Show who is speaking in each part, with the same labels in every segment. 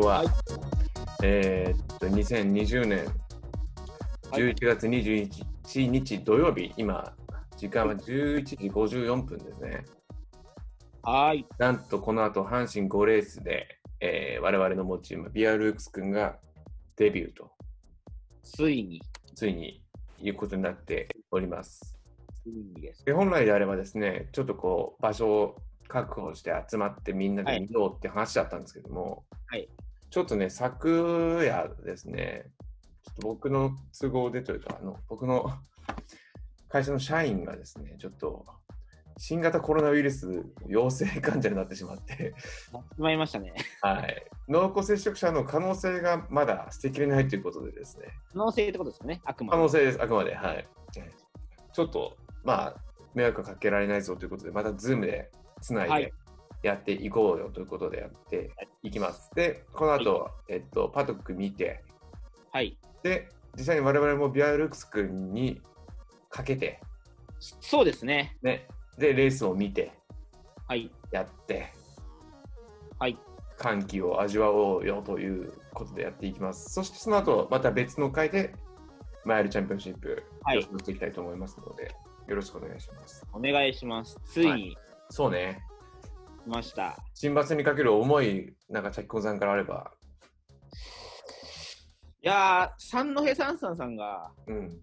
Speaker 1: は、
Speaker 2: はい
Speaker 1: えーっと2020年
Speaker 2: はい
Speaker 1: 11月21日土曜日、今、時間は11時54分ですね。
Speaker 2: はい。
Speaker 1: なんとこの後阪神5レースで、えー我々の持ち馬、ビアルークス君がデビューと、
Speaker 2: ついに、
Speaker 1: ついにいうことになっております。
Speaker 2: ついにです。
Speaker 1: で本来であればですね、ちょっとこう場所を確保して集まってみんなで見ようって話だったんですけども、
Speaker 2: はい
Speaker 1: ちょっとね、昨夜ですね、ちょっと僕の都合でというか、あの僕の 会社の社員がですね、ちょっと新型コロナウイルス陽性患者になってしまって、
Speaker 2: なってしまいましたね。
Speaker 1: はい、濃厚接触者の可能性がまだ捨てきれないということでですね、
Speaker 2: 可能性ってことですよね、あくま
Speaker 1: 可
Speaker 2: で。
Speaker 1: 能性です、あくまで。はい。ちょっと、まあ、迷惑かけられないぞということで、またズームでつな
Speaker 2: はい
Speaker 1: で
Speaker 2: い
Speaker 1: やっていこうよということでやっていきます。で、この後、えっと、パトック見て、
Speaker 2: はい。
Speaker 1: で、実際に我々もビアルックス君にかけて、
Speaker 2: そうですね。
Speaker 1: ね、で、レースを見て、
Speaker 2: はい。
Speaker 1: やって、
Speaker 2: はい。
Speaker 1: 歓喜を味わおうよということでやっていきます。そしてその後、また別の回で、マイルチャンピオンシップ、
Speaker 2: はい
Speaker 1: 予想していきたいと思いますので、よろしくお願いします。
Speaker 2: お願いします。ついに
Speaker 1: そうね。
Speaker 2: 来ました。
Speaker 1: 新抜にかける思い、なんか、チャキコさんからあれば。
Speaker 2: い、やー、三戸三三さんが、
Speaker 1: うん。
Speaker 2: い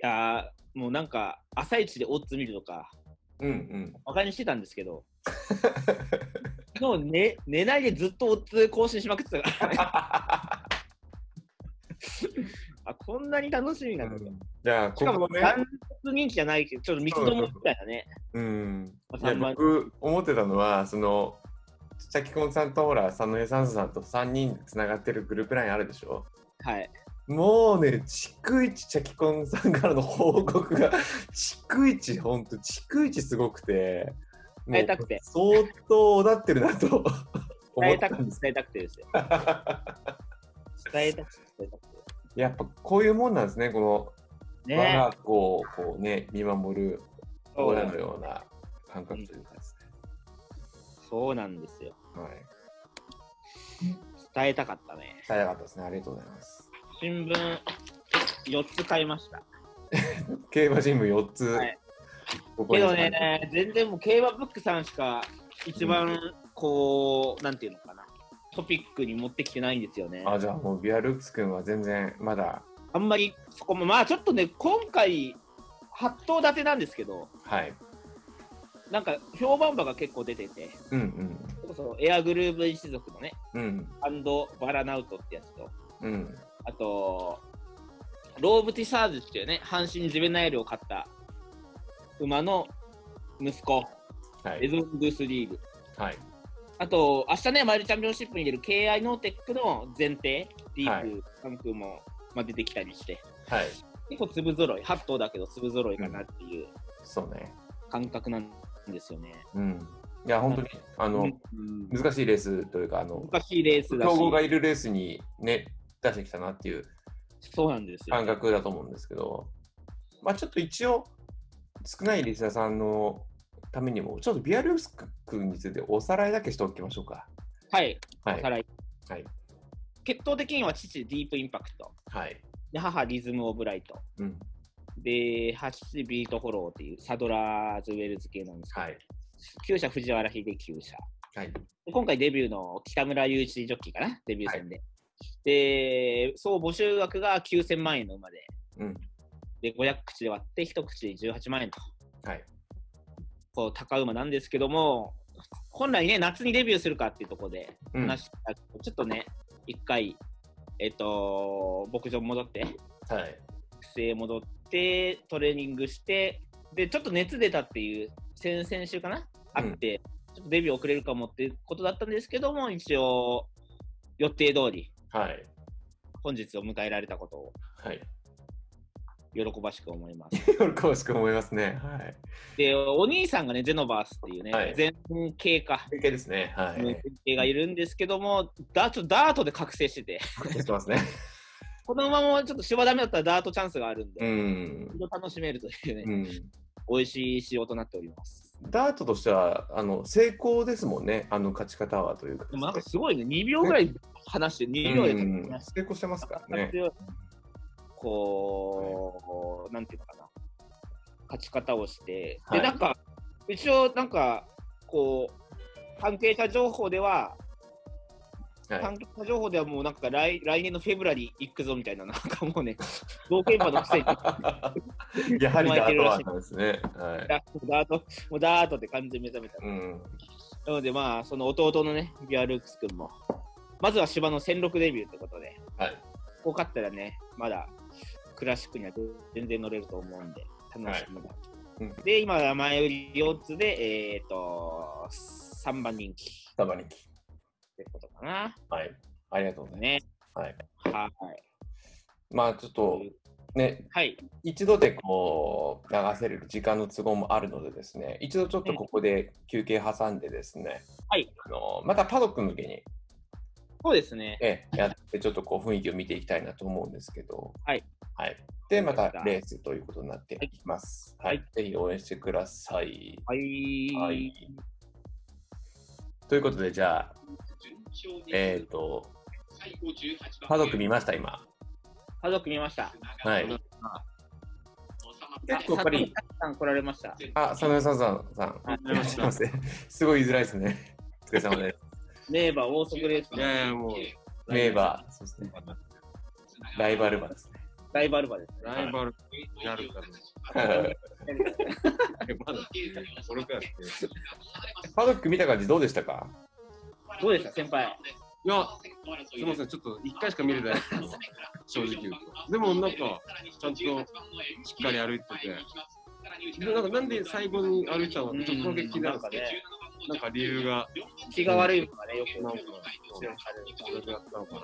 Speaker 2: やー、もうなんか、朝一でオッズ見るとか、
Speaker 1: うんうん。
Speaker 2: バカにしてたんですけど、昨日寝寝ないでずっとオッズ更新しまくってたから、 あこんなに楽しみなんだと。
Speaker 1: じゃあ、
Speaker 2: し
Speaker 1: こ
Speaker 2: かも、
Speaker 1: こ
Speaker 2: ダ
Speaker 1: ね
Speaker 2: ン。ス人気じゃないけど、ちょっと三つどもみたいなね。
Speaker 1: うん。いや
Speaker 2: 三番
Speaker 1: 僕、思ってたのは、その、チャキコさんとほら、三ノ三さんと3人つながってるグループラインあるでしょ
Speaker 2: はい。
Speaker 1: もうね、逐一チャキコさんからの報告が、逐一、ほんと、逐一すごくて、もう
Speaker 2: 会いたくて
Speaker 1: 相当おだってるな と思
Speaker 2: 伝え
Speaker 1: ったた
Speaker 2: くて
Speaker 1: ん
Speaker 2: 伝えたくて ですよ。伝えたくて伝えたくて。
Speaker 1: やっぱこういうもんなんですね、この我
Speaker 2: ね
Speaker 1: が子をこうね見守る
Speaker 2: そう
Speaker 1: 親のような感覚というかですね。
Speaker 2: そうなんですよ。
Speaker 1: はい。
Speaker 2: 伝えたかったね。
Speaker 1: 伝えたかったですね。ありがとうございます。
Speaker 2: 新聞4つ買いました。
Speaker 1: 競馬ジム4つ、
Speaker 2: はい
Speaker 1: ここ
Speaker 2: け
Speaker 1: に
Speaker 2: どね、全然もう競馬ブックさんしか一番こう、なんていうのかな、トピックに持ってきてないんですよね。
Speaker 1: あ、じゃあもうビアルックス君は全然まだ、
Speaker 2: あんまりそこも、まあちょっとね、今回、8頭立てなんですけど、
Speaker 1: はい。
Speaker 2: なんか評判馬が結構出てて、
Speaker 1: うん
Speaker 2: それこそエアグルーブ一族のね、
Speaker 1: うん。うん。
Speaker 2: アンド・バラナウトってやつと、
Speaker 1: うん。
Speaker 2: あと、ローブ・ティサーズっていうね、阪神ジュベナイルを買った馬の息子、
Speaker 1: は
Speaker 2: エ
Speaker 1: い。
Speaker 2: ゾン・グース・リーグ。
Speaker 1: はい。
Speaker 2: あと、明日ね、マイルチャンピオンシップに出る KI ノーテックの前提、ディ
Speaker 1: は
Speaker 2: ー
Speaker 1: い
Speaker 2: プ、タンクも、まあ、出てきたりして、
Speaker 1: はい。
Speaker 2: 結構粒揃い、8頭だけど粒揃いかなっていう
Speaker 1: そうね。
Speaker 2: 感覚なんですよね。
Speaker 1: うん。いや、本当に、あの、
Speaker 2: うん
Speaker 1: 難しいレースというか、あの、
Speaker 2: 難しいレースだ
Speaker 1: 競合が
Speaker 2: し、
Speaker 1: いるレースにね、出してきたなっていう
Speaker 2: そうなんですよ。
Speaker 1: 感覚だと思うんですけど、まあ、ちょっと一応、少ないリスナーさんのためにも、ちょっとビアルース君についておさらいだけしておきましょうか。
Speaker 2: はい、
Speaker 1: は
Speaker 2: お
Speaker 1: い。
Speaker 2: さらい。
Speaker 1: はい。
Speaker 2: 血統的には父、ディープインパクト、
Speaker 1: はい。
Speaker 2: で母、リズム・オブ・ライト。
Speaker 1: うん。
Speaker 2: で、8ビートフォローっていうサドラーズウェルズ系なんですけど、
Speaker 1: はい。
Speaker 2: 旧社藤原秀旧社。
Speaker 1: はい。
Speaker 2: で今回デビューの北村雄一ジョッキーかな、デビュー戦で。で、総募集額が9000万円の馬で、
Speaker 1: うん。
Speaker 2: で、500口で割って、一口で18万円と、
Speaker 1: はい。
Speaker 2: こう、高馬なんですけども、本来ね、夏にデビューするかっていうところで
Speaker 1: うん。は
Speaker 2: 話したけど、ちょっとね、一回、えっと、牧場戻って、
Speaker 1: い。
Speaker 2: 学生戻ってトレーニングしてでちょっと熱出たっていう先々週かなあ
Speaker 1: うん
Speaker 2: って、ちょっとデビュー遅れるかもっていうことだったんですけども一応予定通り
Speaker 1: はい。
Speaker 2: 本日を迎えられたことを
Speaker 1: はい。
Speaker 2: 喜ばしく思います
Speaker 1: 喜ばしく思いますね。はい。
Speaker 2: でお兄さんがねゼノバースっていうね、
Speaker 1: はい
Speaker 2: 全系か
Speaker 1: 経験ですね。は
Speaker 2: 全
Speaker 1: い。
Speaker 2: 系がいるんですけどもダートダートで覚醒してて
Speaker 1: してますね。
Speaker 2: このままちょっと芝ダメだったらダートチャンスがあるんで、
Speaker 1: うん。
Speaker 2: 一度楽しめるというね、
Speaker 1: うん。
Speaker 2: 美味しい仕事になっております
Speaker 1: ダートとしてはあの成功ですもんね、あの勝ち方はというか
Speaker 2: でもなんかすごいね、2秒ぐらい話して、2秒で
Speaker 1: うん
Speaker 2: 話し
Speaker 1: 成功してますからね。
Speaker 2: て、こう、なんていうのかな、勝ち方をして、
Speaker 1: はい
Speaker 2: で、なんか、一応、なんか、こう、関係者情報では、
Speaker 1: はい
Speaker 2: 関係者情報ではもうなんか来来年のフェブラリー行くぞみたいな、 なんかもうね、同憲馬のくせに、
Speaker 1: やはり
Speaker 2: 巻い
Speaker 1: ダ
Speaker 2: て
Speaker 1: ー
Speaker 2: る
Speaker 1: ト
Speaker 2: ら
Speaker 1: は
Speaker 2: しい
Speaker 1: なんですね。はい。
Speaker 2: ダート、 もうダートって完全に目覚めた。
Speaker 1: うん。
Speaker 2: なのでまあ、その弟のね、ビアルークス君も、まずは芝の戦六デビューってことで、
Speaker 1: はい。
Speaker 2: 多かったらね、まだクラシックには全然乗れると思うんで、楽しみだ。
Speaker 1: うん
Speaker 2: で、今、前売り4つで、えっ、と、3番人気っ
Speaker 1: たまに。
Speaker 2: てことかな。
Speaker 1: はい。ありがとうございます。
Speaker 2: ね。
Speaker 1: はい。
Speaker 2: は
Speaker 1: まあちょっと
Speaker 2: い。
Speaker 1: ね、
Speaker 2: はい。
Speaker 1: 一度でこう流せる時間の都合もあるのでですね、一度ちょっとここで休憩挟んでですね、
Speaker 2: はい
Speaker 1: あのまたパドック向けに、
Speaker 2: そうですね。
Speaker 1: ええやって、ちょっとこう雰囲気を見ていきたいなと思うんですけど、
Speaker 2: はい。
Speaker 1: はい、で、またレースということになっていきます。は
Speaker 2: はい
Speaker 1: い、ぜひ応援してください。
Speaker 2: はい。
Speaker 1: はいということで、じゃあ、えっ、と、パドック見ました、今。
Speaker 2: 家族見ました。
Speaker 1: はい。結構やっぱり、
Speaker 2: 佐藤さん来られました。
Speaker 1: あ、佐野さんさん、さん
Speaker 2: あ、
Speaker 1: いらっしゃいませ。すごい言いづらいですね。お疲れ様です。
Speaker 2: 名馬王速レース
Speaker 3: い
Speaker 2: の
Speaker 3: やいや、もう、
Speaker 1: 名馬、そうですね。ライバル馬ですね。
Speaker 2: ライバル馬ですね。
Speaker 3: ライバルになるから、まだ、それからいですね。
Speaker 1: パドック見た感じどうでしたか
Speaker 2: どうでした先輩。
Speaker 3: いや、すみません、ちょっと1回しか見れてないですけど、正直言うと。でも、なんか、ちゃんとしっかり歩いてて、でなんかなんで最後に歩いてたのか、ちょっと攻撃なんですけど、なんか理由が、
Speaker 2: 気が悪い馬がね、よく。
Speaker 3: なんか、そうそれだったのかな。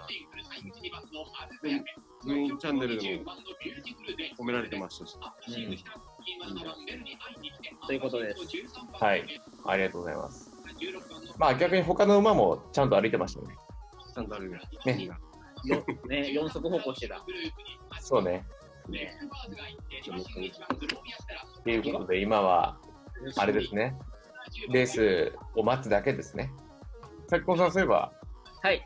Speaker 3: で、ズームチャンネルでも褒められてましたし、
Speaker 2: ということです。
Speaker 1: はい。ありがとうございます。まあ逆に他の馬もちゃんと歩いてましたね。
Speaker 3: ちゃんと歩いて
Speaker 1: ね
Speaker 2: よね、四足歩行してた。
Speaker 1: そうね。
Speaker 2: ね、
Speaker 1: ということで今は、あれですね。レースを待つだけですね。さきこさん、そういえば、
Speaker 2: はい。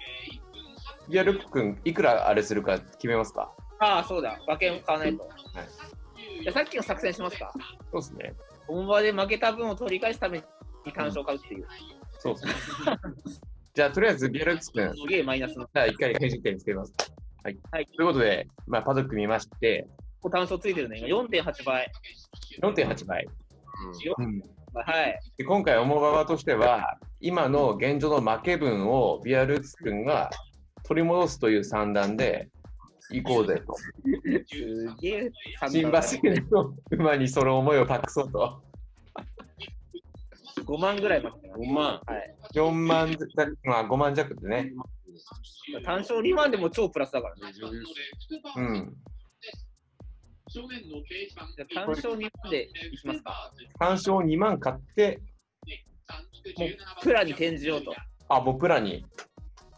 Speaker 1: ギアルック君、いくらあれするか決めますか
Speaker 2: ああ、そうだ。馬券を買わないと。
Speaker 1: はい
Speaker 2: じゃあさっきの作戦しますか。
Speaker 1: そうですね。
Speaker 2: 本場で負けた分を取り返すために単勝を買うっていう。
Speaker 1: そうですね。じゃあとりあえずギアルック君、
Speaker 2: すげえマイナスの。
Speaker 1: じゃあ一回編集点につけます。はい。
Speaker 2: はい
Speaker 1: ということで、まあパドック見まして、
Speaker 2: ここ単勝ついてるね。今4.8倍。
Speaker 1: 4.8倍。うん
Speaker 2: はい。
Speaker 1: で今回、思う側としては、今の現状の負け分をビアルーツ君が取り戻すという算段で行こうぜ と、
Speaker 2: すげえ三
Speaker 1: 新馬戦の馬にその思いを託そうと、
Speaker 2: 5万ぐらい負けてます。
Speaker 3: 5万、
Speaker 2: はい。
Speaker 1: 4万弱、まあ、5万弱でね、
Speaker 2: 単勝2万でも超プラスだからね。
Speaker 1: うん、
Speaker 2: じゃあ単勝2万でいきますか。
Speaker 1: 単勝2万買って、
Speaker 2: もうプラに転じようと。
Speaker 1: あ、もうプラに、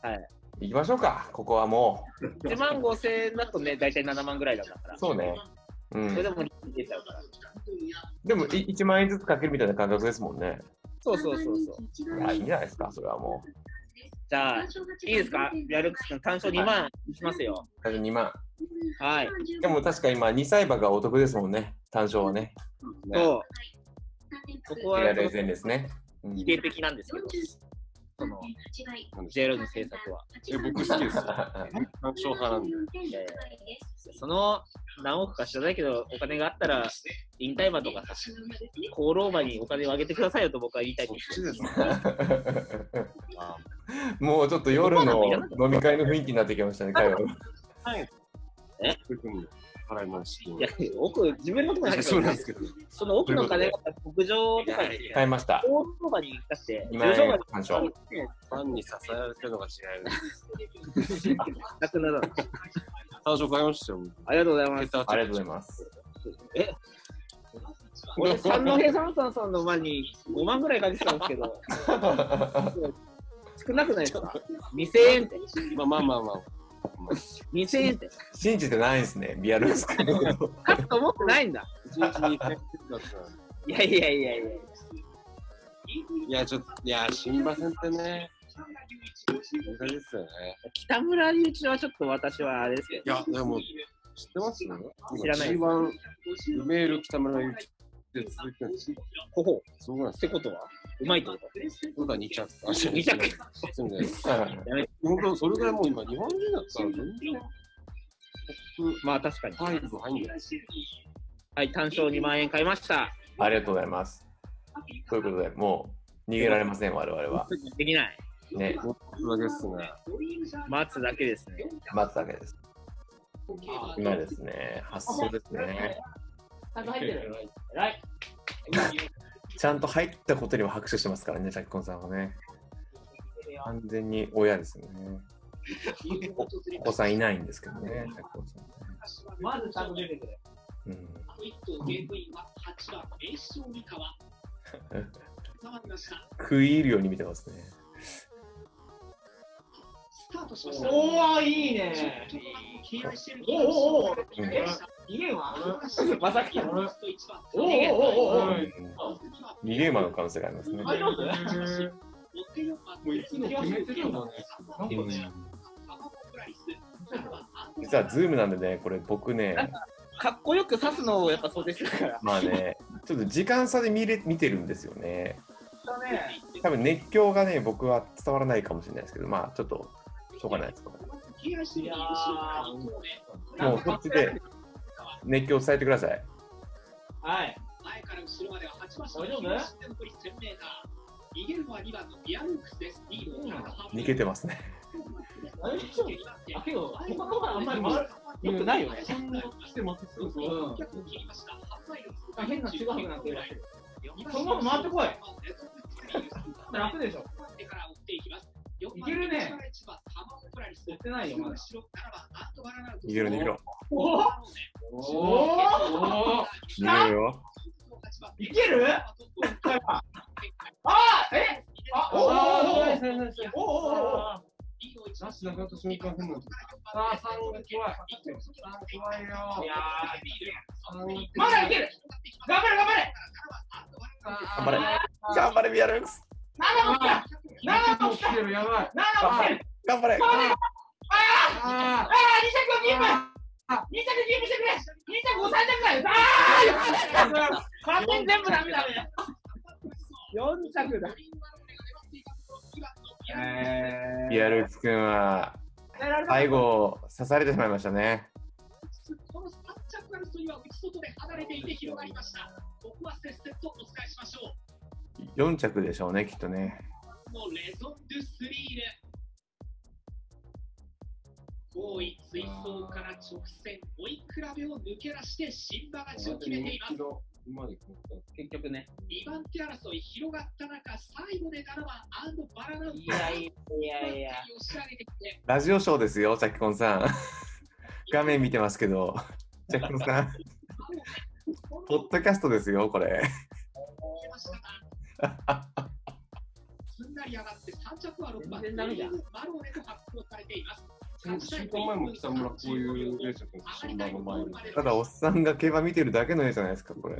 Speaker 2: はい、
Speaker 1: 行きましょうか、ここはも
Speaker 2: 1万5千円だとね、大体7万ぐらいだったから。
Speaker 1: う、そうね、う
Speaker 2: それで
Speaker 1: ん、
Speaker 2: も利益出ちゃうから。
Speaker 1: でもい1万円ずつかけるみたいな感覚ですもんね。
Speaker 2: そうそうそうそう。
Speaker 1: いや、いいんじゃないですか、それはもう。
Speaker 2: じゃあ、いいですかやるく君、単勝2万いきますよ。
Speaker 1: 単勝2万。
Speaker 2: はい。
Speaker 1: でも確か今、2歳馬がお得ですもんね、単勝はね。
Speaker 2: そう。ここは
Speaker 1: リアル前ですね。うん
Speaker 2: 否定的なんですけど、その、j ロの政策は。
Speaker 3: え、僕好きです。
Speaker 1: は
Speaker 3: 単勝派なんで。
Speaker 2: えーその、何億か知らないけど、お金があったら、引退馬とかさ、功労馬にお金をあげてくださいよと僕は言いたい
Speaker 3: そ
Speaker 2: で
Speaker 3: っ
Speaker 2: す
Speaker 3: ち。ですね。
Speaker 1: いもうちょっと夜の飲み会の雰囲気になってきましたね、会 話が
Speaker 3: 特に払い戻し
Speaker 2: いや、奥、自分のとこなんだけ
Speaker 3: そう
Speaker 2: ど、
Speaker 3: なんですけど。
Speaker 2: その奥の金が牧場とかに、
Speaker 1: 買いました。
Speaker 2: 功労馬に出して、
Speaker 1: 2万
Speaker 2: 上馬
Speaker 1: 円
Speaker 2: に
Speaker 1: 単勝。
Speaker 3: ファンに支えられてるのが違いです。
Speaker 2: なくなるの。
Speaker 3: 単勝買いましたよ。
Speaker 2: ありがとうございます。
Speaker 3: 桁
Speaker 1: ありがとうございます。
Speaker 2: え俺、三戸平三さんさんの馬に5万ぐらいかけてたんですけど、少なくないですか ?2000 円って。
Speaker 3: まあまあまあまあ。
Speaker 2: 2000円って。
Speaker 1: 信じてないですね、ビアルース 君のこと。
Speaker 2: 勝つと思ってないんだ。
Speaker 3: 一日に一回だったら
Speaker 2: いやいやいやいや。
Speaker 3: いや、ちょっと、いや、新馬戦ってね、難しいですよね。
Speaker 2: 北村雄一はちょっと私はあれですけ
Speaker 3: いや、でも、知ってます
Speaker 2: 知らないです
Speaker 3: G1、メール北村ゆきで続いてるんですよ。
Speaker 2: ど、ほほっ
Speaker 3: そうなんです
Speaker 2: て
Speaker 3: よ。
Speaker 2: ことはうまいってこと
Speaker 3: 僕は2着。
Speaker 2: 二着
Speaker 3: そうです。
Speaker 1: はい
Speaker 3: 本当、それぐらいもう今、日本人だったら全然
Speaker 2: まあ確かに。
Speaker 3: トップ5入んない。
Speaker 2: はい、単勝2万円買いました。
Speaker 1: ありがとうございます。ということで、もう逃げられません、我々は。
Speaker 2: できない。
Speaker 1: ね、
Speaker 3: 持ってるだけっすね。
Speaker 2: 待つだけですね。
Speaker 1: 待つだけです。
Speaker 4: あ
Speaker 1: 今ですね、発想ですね。
Speaker 4: ちゃんと入ってる。
Speaker 2: 偉い。
Speaker 1: ちゃんと入ったことにも拍手してますからね、ジャッコンさんはね。完全に親ですよね。お子さんいないんですけどね、ジャッコンさんね。
Speaker 4: まずちゃんと出てくれ。
Speaker 1: うん、
Speaker 4: あと一頭ゲームインは8番、名将三河。触りました。
Speaker 1: 食い入るように見てますね。
Speaker 4: スタートしました。
Speaker 2: おおいい
Speaker 4: ちょっ
Speaker 2: ね。
Speaker 4: となんか気合いしてる。
Speaker 2: おーおーおー
Speaker 4: 逃げました
Speaker 2: 逃げは
Speaker 4: ま
Speaker 2: ま
Speaker 4: さ
Speaker 2: さ
Speaker 4: き
Speaker 2: き
Speaker 4: の
Speaker 2: の
Speaker 4: お
Speaker 2: おおおおお
Speaker 1: うん逃げ馬の可能性がありますね。
Speaker 2: 大丈夫
Speaker 1: うん実は、ズームなんでね、これ僕ね、
Speaker 2: かっこよく刺すのをやっぱ想定してたから。
Speaker 1: まあね、ちょっと時間差で見れ見てるんですよね。
Speaker 2: ね。
Speaker 1: 多分熱狂がね、僕は伝わらないかもしれないですけど、まあちょっと、しょうがないです。これもう、こっちで熱狂を伝えてください。
Speaker 2: はい。
Speaker 4: 前から後ろまでは8番
Speaker 2: 大丈夫
Speaker 4: 残り1000メーター逃げるのは2番のビアルークスですリードを高め
Speaker 1: 逃げてますね。
Speaker 2: 大丈夫だけど他の方があんまり回良くないよねうん変なちぐはぐなってるそのまま回ってこい楽でしょ。いけるねやってないよまだ
Speaker 1: 逃げろ逃げろ。
Speaker 2: おお
Speaker 4: お
Speaker 2: お
Speaker 1: 逃げろよ。
Speaker 2: いけるあーえあおおおおおおおおお
Speaker 3: なしなくなった瞬間変な。
Speaker 4: あー、三が怖い。三怖いよ。いやーまだいける。
Speaker 2: 頑張れ頑張れ
Speaker 1: 頑張れ。頑張れ、ビアルックス。
Speaker 2: 7も来た7も来た
Speaker 3: る、やばい。
Speaker 2: 7も来てる
Speaker 1: 頑張れ。
Speaker 3: あ
Speaker 2: ああ2着をキープ2着キープしてくれ2着を3着だよああやばい完全に全部ダメだね4着だえ
Speaker 1: ビアルックス君は、最後、刺されてしまいましたね。
Speaker 4: この三着争いは内外で離れていて広がりました。ここは接戦とお伝えしましょ
Speaker 1: 4着でしょうね、きっとね。
Speaker 4: う。のレゾンドゥスリール。後位追走から直線追い比べを抜け出して新馬勝ちを決めています。
Speaker 2: 結局ね
Speaker 4: 2番手争い広がった中、最後で7番アンドバラナウト
Speaker 2: いやいやいや
Speaker 4: 押し上げてきて、
Speaker 1: ラジオショーですよ、ジャッキコン さん。画面見てますけど、ジャッキコンさん、ポッドキャストですよ、これ。
Speaker 4: ましたすんなり上がって3着は6番、
Speaker 2: 全然ダメじゃん
Speaker 4: マローネと発表されています。
Speaker 3: 週間前も北村こういうレースだったんですよ、新馬の前に。
Speaker 1: ただ、おっさんが競馬見てるだけの絵じゃないですか、これ。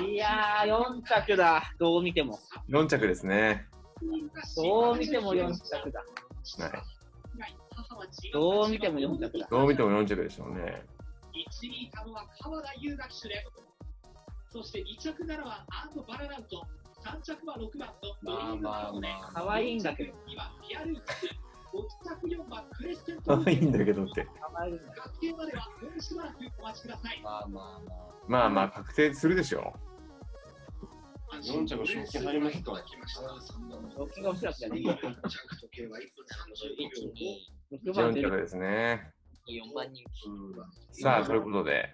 Speaker 2: いやー4着だどう見ても
Speaker 1: 4着ですね。
Speaker 2: どう見ても4着だ
Speaker 1: はい
Speaker 2: どう見ても4着だ
Speaker 1: どう見ても4着でしょうね。
Speaker 4: 1位たのは川田優雅騎手です。そして2着ならはアンドバララント、3着は6番のドリームマローネ、
Speaker 2: 可愛いんだけど
Speaker 4: 2番ピアルークス、5着4番クレステン
Speaker 1: 可
Speaker 4: ト。
Speaker 1: 愛いんだけどって。
Speaker 2: 可愛いんだ
Speaker 4: 確定まではもうしばらくお待ちください。
Speaker 3: まあまあまあ。
Speaker 1: まあまあ、確定するでしょ
Speaker 3: 四着の賞金入りますか
Speaker 2: ロッキが欲しかったね
Speaker 1: う。
Speaker 2: 6
Speaker 1: 4
Speaker 2: 番
Speaker 1: 着ですね。
Speaker 2: 4万人
Speaker 1: さあ、ということで、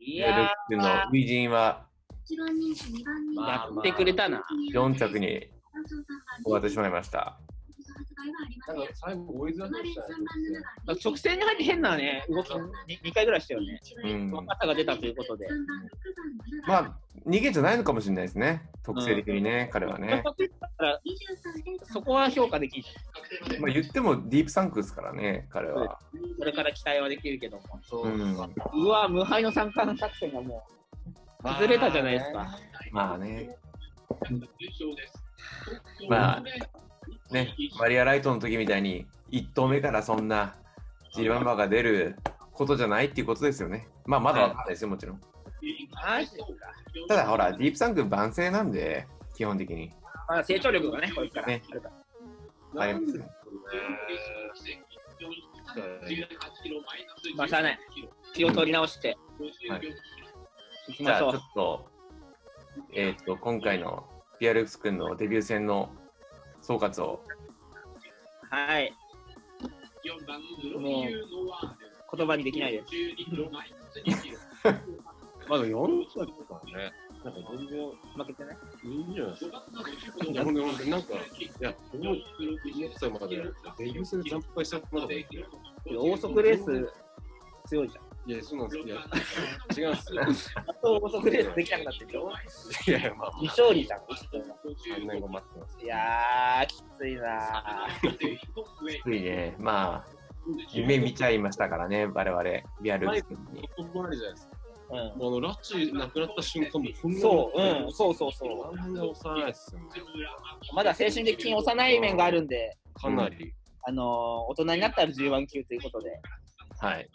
Speaker 2: い
Speaker 1: ビアルッ
Speaker 2: や
Speaker 1: クスの美人は
Speaker 5: 一番人気、二番人気。
Speaker 2: ーやってくれたな
Speaker 1: 4着に
Speaker 5: 三条さんは
Speaker 1: 終わってしまいました。
Speaker 5: 発売はありませ
Speaker 3: なん
Speaker 5: ん
Speaker 3: か。最後追いづら
Speaker 5: 生
Speaker 3: く
Speaker 5: まれ
Speaker 3: した
Speaker 5: 三
Speaker 3: い
Speaker 5: 番の七が
Speaker 2: 直線に入って変なね動き2回ぐらいしたよね
Speaker 1: うん。
Speaker 2: 若さが出たということで
Speaker 5: 三番、六番、七
Speaker 1: ま
Speaker 5: 番。
Speaker 1: あ、逃げじゃないのかもしれないですね。特性的にね、彼はね。
Speaker 5: 二十三点
Speaker 2: そこは評価できる
Speaker 1: まあ、言ってもディープサンクですからね、彼は。
Speaker 2: これから期待はできるけども
Speaker 1: うん、
Speaker 2: うわ無敗の三冠作戦がもう崩れたじゃないですか
Speaker 1: まあね、まあね、マリア・ライトの時みたいに、1投目からそんな G1 バーが出ることじゃないっていうことですよね。まあ、まだわかんないですよ、もちろん。
Speaker 2: マジか。
Speaker 1: ただ、ほら、ディープサンク万世なんで、基本的に。
Speaker 2: まあ、成長力がね、これから。
Speaker 1: ね
Speaker 2: あるから
Speaker 1: ありますね。
Speaker 2: まあ、しゃあない。気を取り直して
Speaker 1: はい
Speaker 2: いき
Speaker 1: じゃ
Speaker 2: ま
Speaker 1: あ、
Speaker 2: し
Speaker 1: ち
Speaker 2: ょ
Speaker 1: ょ
Speaker 2: う。
Speaker 1: っと、えっ、と、今回の PRX 君のデビュー戦の総括を、
Speaker 2: はい。もう、言葉にできないです。
Speaker 3: まだ4歳とかね。なんか全然
Speaker 2: 負けてない
Speaker 3: いいんじゃないですか。いや、ほんでほんで、なんか、いや、僕も1歳まで、デビュー戦で惨敗しちゃったので、い
Speaker 2: 高速レース強いじゃん。
Speaker 3: や、そうなんですいや、違うんですよ。
Speaker 2: あと高速レースできなくなってるよ。
Speaker 3: いやいや、まあ、
Speaker 2: 未勝利じゃん。
Speaker 3: 3年後待ってます。
Speaker 2: いやー、きついなー。
Speaker 1: つい ね、まあ、夢見ちゃいましたからね、我々、PRX 君に。
Speaker 3: ほんまあれじゃないですか。
Speaker 2: う
Speaker 3: もうあの、ラッチなくなった瞬間も、こん
Speaker 2: ん。
Speaker 3: な
Speaker 2: そう、うん、そうそうそ
Speaker 3: ん。な幼いっすよね。
Speaker 2: う。まだ精神的に幼い面があるんで、
Speaker 3: かなり。
Speaker 2: あのー、大人になったら G1 級ということで、
Speaker 1: はい。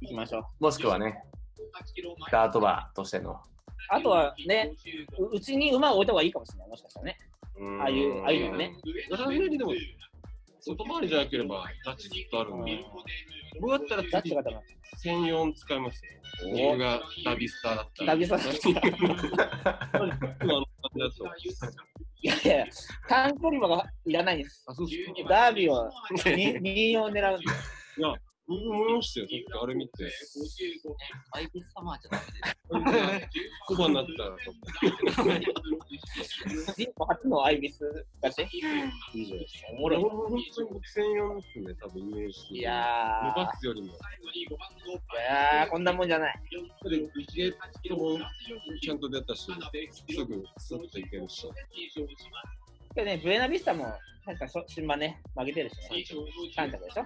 Speaker 2: いきましょう。
Speaker 1: もしくはね、スタートバーとしての。
Speaker 2: あとはね、ううちに馬を置いた方がいいかもしれない、もしかしたらね。
Speaker 3: うん
Speaker 2: ああいう、ああいうのね。
Speaker 3: 渡辺にでも、外回りじゃなければ、ラッチずっとあるんで、僕だったら
Speaker 2: ラッチ
Speaker 3: 次
Speaker 2: が、ダ
Speaker 3: 専用使いますよ。
Speaker 1: お
Speaker 3: 僕がダビスターだった
Speaker 2: メ。
Speaker 3: ら。
Speaker 2: ダビさん。
Speaker 3: 今の感じだと。
Speaker 2: いやいや、短距離馬がいらない です。
Speaker 3: あ、そうっすか。
Speaker 2: ダービーはに民謡を狙うんで。
Speaker 3: 僕思いましたよ、さっきあれ見て。
Speaker 4: バイキス様じゃダメです。
Speaker 3: コバになったらと思
Speaker 2: 人口初のアイビスだし。
Speaker 3: って。いいじゃないですか。
Speaker 2: おも
Speaker 3: 俺、
Speaker 2: ろい
Speaker 3: ほんとに僕専用ですね、多分イメージして。
Speaker 2: いや
Speaker 3: 伸
Speaker 2: ー
Speaker 3: ば、すよりも。
Speaker 2: いやーこんなもんじゃない。
Speaker 3: で、ゲートもちゃんと出たし、すぐスッといけるし。
Speaker 2: でね、ブエナビスタも、確かそ新馬ね、負けてるしね。3着でしょ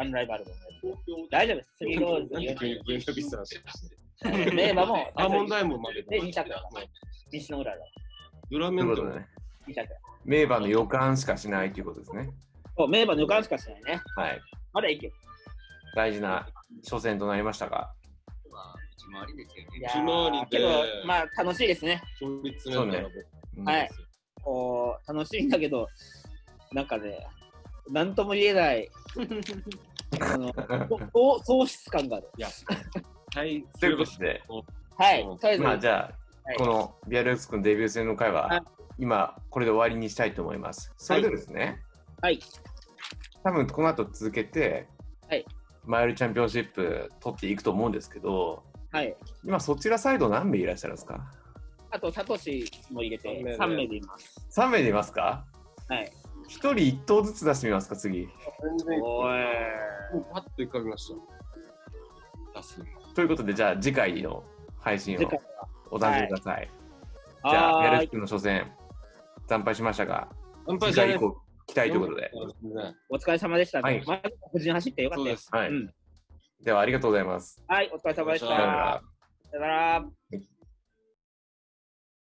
Speaker 2: アンライバルドのやつ。大丈夫です。スリーローズ
Speaker 3: なん
Speaker 2: に
Speaker 3: でブエナビスタの話して
Speaker 2: 名馬も、
Speaker 3: アーモンドアイも負け
Speaker 2: で、
Speaker 3: て
Speaker 2: 2着だから。西の裏だ。
Speaker 3: ドラ
Speaker 1: と
Speaker 3: メ
Speaker 1: いう
Speaker 3: ン
Speaker 1: こ
Speaker 3: ト
Speaker 1: と
Speaker 3: も
Speaker 1: でね、
Speaker 2: 2着。
Speaker 1: 名馬の予感しかしないということですね。
Speaker 2: そう、名馬抜かんしかしないね。
Speaker 1: はい。
Speaker 2: まだいける。
Speaker 1: 大事な初戦となりましたが、
Speaker 4: まあ、内回りですよ
Speaker 2: い
Speaker 4: ね。
Speaker 2: や
Speaker 3: 内
Speaker 2: ー
Speaker 3: 回
Speaker 2: け
Speaker 3: り
Speaker 2: ど
Speaker 3: で、
Speaker 2: まあ楽しいですね。
Speaker 3: 勝率メンバー
Speaker 1: うん
Speaker 2: はいこう、楽しいんだけど、なんかね、なんとも言えない、あの、そう喪失感がある。
Speaker 3: はい、
Speaker 1: ということで、
Speaker 2: はい
Speaker 3: うん、
Speaker 2: とりあえず、
Speaker 1: まあじゃあ、
Speaker 2: はい
Speaker 1: このビアルックス君デビュー戦の回
Speaker 2: はい
Speaker 1: は、今、これで終わりにしたいと思います。それでですね、
Speaker 2: はい。
Speaker 1: 多分この後続けて、
Speaker 2: はい
Speaker 1: マイルチャンピオンシップ取っていくと思うんですけど、
Speaker 2: はい。
Speaker 1: 今そちらサイド何名いらっしゃるんですか
Speaker 2: あと、サトシも入れて
Speaker 3: 三
Speaker 2: 3名
Speaker 3: 名で、
Speaker 2: でいます。
Speaker 1: ?3 名でいますか
Speaker 2: はい。
Speaker 1: 1人1頭ずつ出してみますか、次。
Speaker 3: 全然いいです
Speaker 2: おい。
Speaker 3: もうパッと浮かびました。出す。
Speaker 1: ということで、じゃあ次回の配信を
Speaker 2: 次回
Speaker 1: お楽しみください。
Speaker 2: は
Speaker 1: じゃあ、ビア
Speaker 2: は
Speaker 1: ルッ
Speaker 2: ー
Speaker 1: ク
Speaker 2: い
Speaker 1: ス君の初戦、惨敗しましたが、
Speaker 3: 乾
Speaker 1: 次
Speaker 3: 杯じゃな
Speaker 1: 回以
Speaker 3: い。
Speaker 1: 降期待ということで。
Speaker 2: お疲れ様でした。
Speaker 1: はい
Speaker 2: まず、個人走ってよか
Speaker 3: そ
Speaker 2: っ
Speaker 3: う
Speaker 2: た
Speaker 3: で
Speaker 2: です。
Speaker 3: す。
Speaker 1: はい。
Speaker 2: うん
Speaker 1: では、ありがとうございます。
Speaker 2: はい、お疲れ様でした。
Speaker 3: さ
Speaker 2: さ
Speaker 1: さ
Speaker 3: よ
Speaker 1: よ
Speaker 3: な
Speaker 1: うなら
Speaker 2: よなら。
Speaker 1: はい